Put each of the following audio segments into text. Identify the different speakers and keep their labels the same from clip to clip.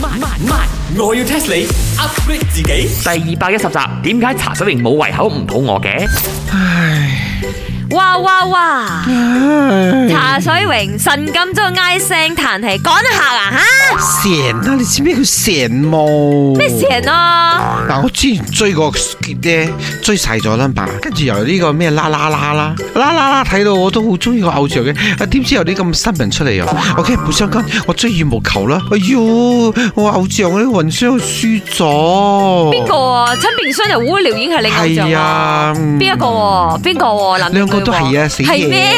Speaker 1: 慢慢慢，我要 test 你 upgrade 自己。
Speaker 2: 第二百一十集，點解茶水榮冇胃口唔肚餓嘅？
Speaker 3: 哇哇哇！茶水榮神咁早唉聲彈氣，講一下啊吓？
Speaker 4: 成啊！你知唔知叫成冇？
Speaker 3: 咩事啊？
Speaker 4: 嗱，我之前追過咧，追細咗 number，跟住由呢個咩啦啦啦啦啦啦啦睇到我都好中意個偶像嘅，啊點知有啲咁新人出嚟啊！我今日本相干，我追羽毛球啦，哎喲，我偶像嗰啲運輸輸咗。
Speaker 3: 邊個啊？陳炳順又烏聊已經係你偶像
Speaker 4: 係
Speaker 3: 啊
Speaker 4: 啊？嗯
Speaker 3: 邊一個喎？邊個喎？男定女喎
Speaker 4: 兩個都係啊死嘢
Speaker 3: 係咩？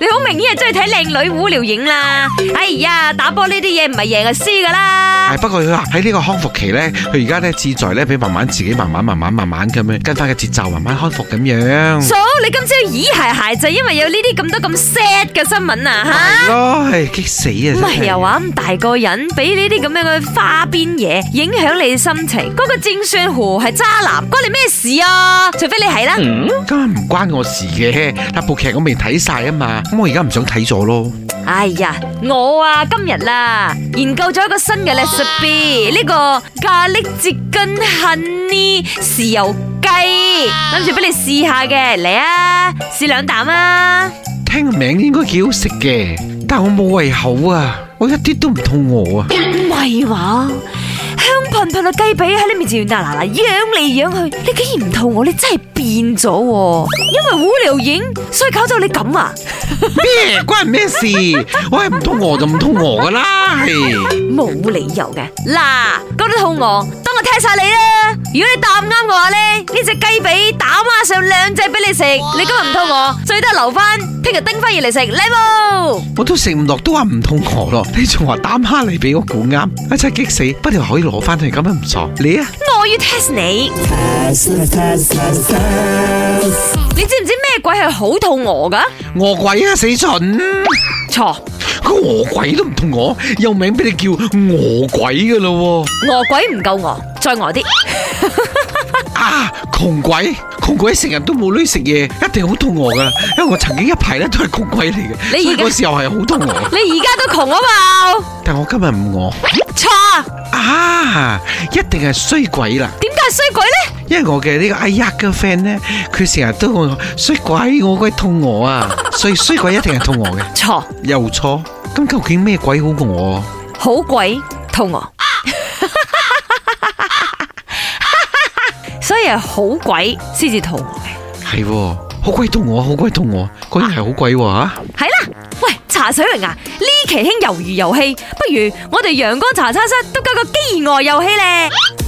Speaker 3: 你好明顯係中意睇靚女烏聊影啦！哎呀，打波呢啲嘢唔係贏就輸噶啦
Speaker 4: 係，。不過佢話喺呢個康復期咧，佢而家咧志在咧俾慢慢自己慢慢慢慢慢慢咁樣跟翻個節奏，慢慢康復咁樣。
Speaker 3: 嫂，你今朝咦鞋鞋就因為有呢啲咁多咁 sad 嘅新聞啊吓？
Speaker 4: 係咯，係激死啊！
Speaker 3: 唔
Speaker 4: 真
Speaker 3: 係又話咁大個人，俾呢啲咁樣嘅花邊嘢影響你心情。嗰、個正算豪係渣男，關你咩事啊？除非你係啦。
Speaker 4: 今日唔關我事嘅，但部劇我未睇晒啊嘛，咁我而家唔想睇咗咯。
Speaker 3: 哎呀，我啊今日啦研究咗一個新嘅 recipe，呢個咖喱節根恨呢豉油雞，諗住俾你試下嘅，嚟啊，試兩啖啊！
Speaker 4: 聽個名應該幾好食嘅，但我冇胃口啊，我一啲都唔肚餓啊。
Speaker 3: 唔係話香噴噴嘅雞髀喺你面前嗱嗱嗱揚嚟揚去，你竟然唔肚餓，你真係變咗喎！因為烏聊影，所以搞到你咁啊！
Speaker 4: 咩關人咩事？我係唔肚餓就唔肚餓噶啦，係
Speaker 3: 冇理由嘅。嗱，講到肚餓，等我踢晒你啦！如果你答啱嘅話咧，呢隻雞髀打孖上兩隻俾你食，你今日唔肚餓，最得留翻聽日叮翻嘢嚟食，你冇？
Speaker 4: 我都食唔落，都話唔肚餓咯。你仲話擔蝦嚟俾我估啱，啊真係激死！不條可以攞翻去，咁樣唔錯。你啊，
Speaker 3: 我要 test 你。你知唔知咩鬼係好肚餓噶？
Speaker 4: 餓鬼啊死蠢！
Speaker 3: 錯。
Speaker 4: 個餓鬼都唔肚餓，有名俾你叫餓鬼噶咯喎。
Speaker 3: 餓鬼唔夠餓，再餓啲。
Speaker 4: 啊，窮鬼，窮鬼成日都冇女食嘢，一定好肚餓噶。因為我曾經一排咧都係窮鬼嚟嘅，
Speaker 3: 你而家
Speaker 4: 所以嗰時候係好肚 餓，
Speaker 3: 你而家都窮啊嘛？
Speaker 4: 但我今日唔餓
Speaker 3: 錯，
Speaker 4: 啊，一定係衰鬼啦。
Speaker 3: 點解衰鬼咧？
Speaker 4: 因為我嘅呢個哎呀嘅 friend 咧，佢成日都我衰鬼，我鬼肚餓啊， 所以衰鬼一定係肚餓嘅，
Speaker 3: 錯，
Speaker 4: 又錯。咁究竟咩鬼好過我？
Speaker 3: 好鬼啊肚餓，所以係好鬼先至肚餓嘅。
Speaker 4: 係喎，好鬼肚餓，好鬼肚餓，果然係好鬼喎嚇。
Speaker 3: 係啦，喂，茶水榮啊，呢期興魷魚遊戲，不如我哋陽光茶餐室都搞個飢餓遊戲咧。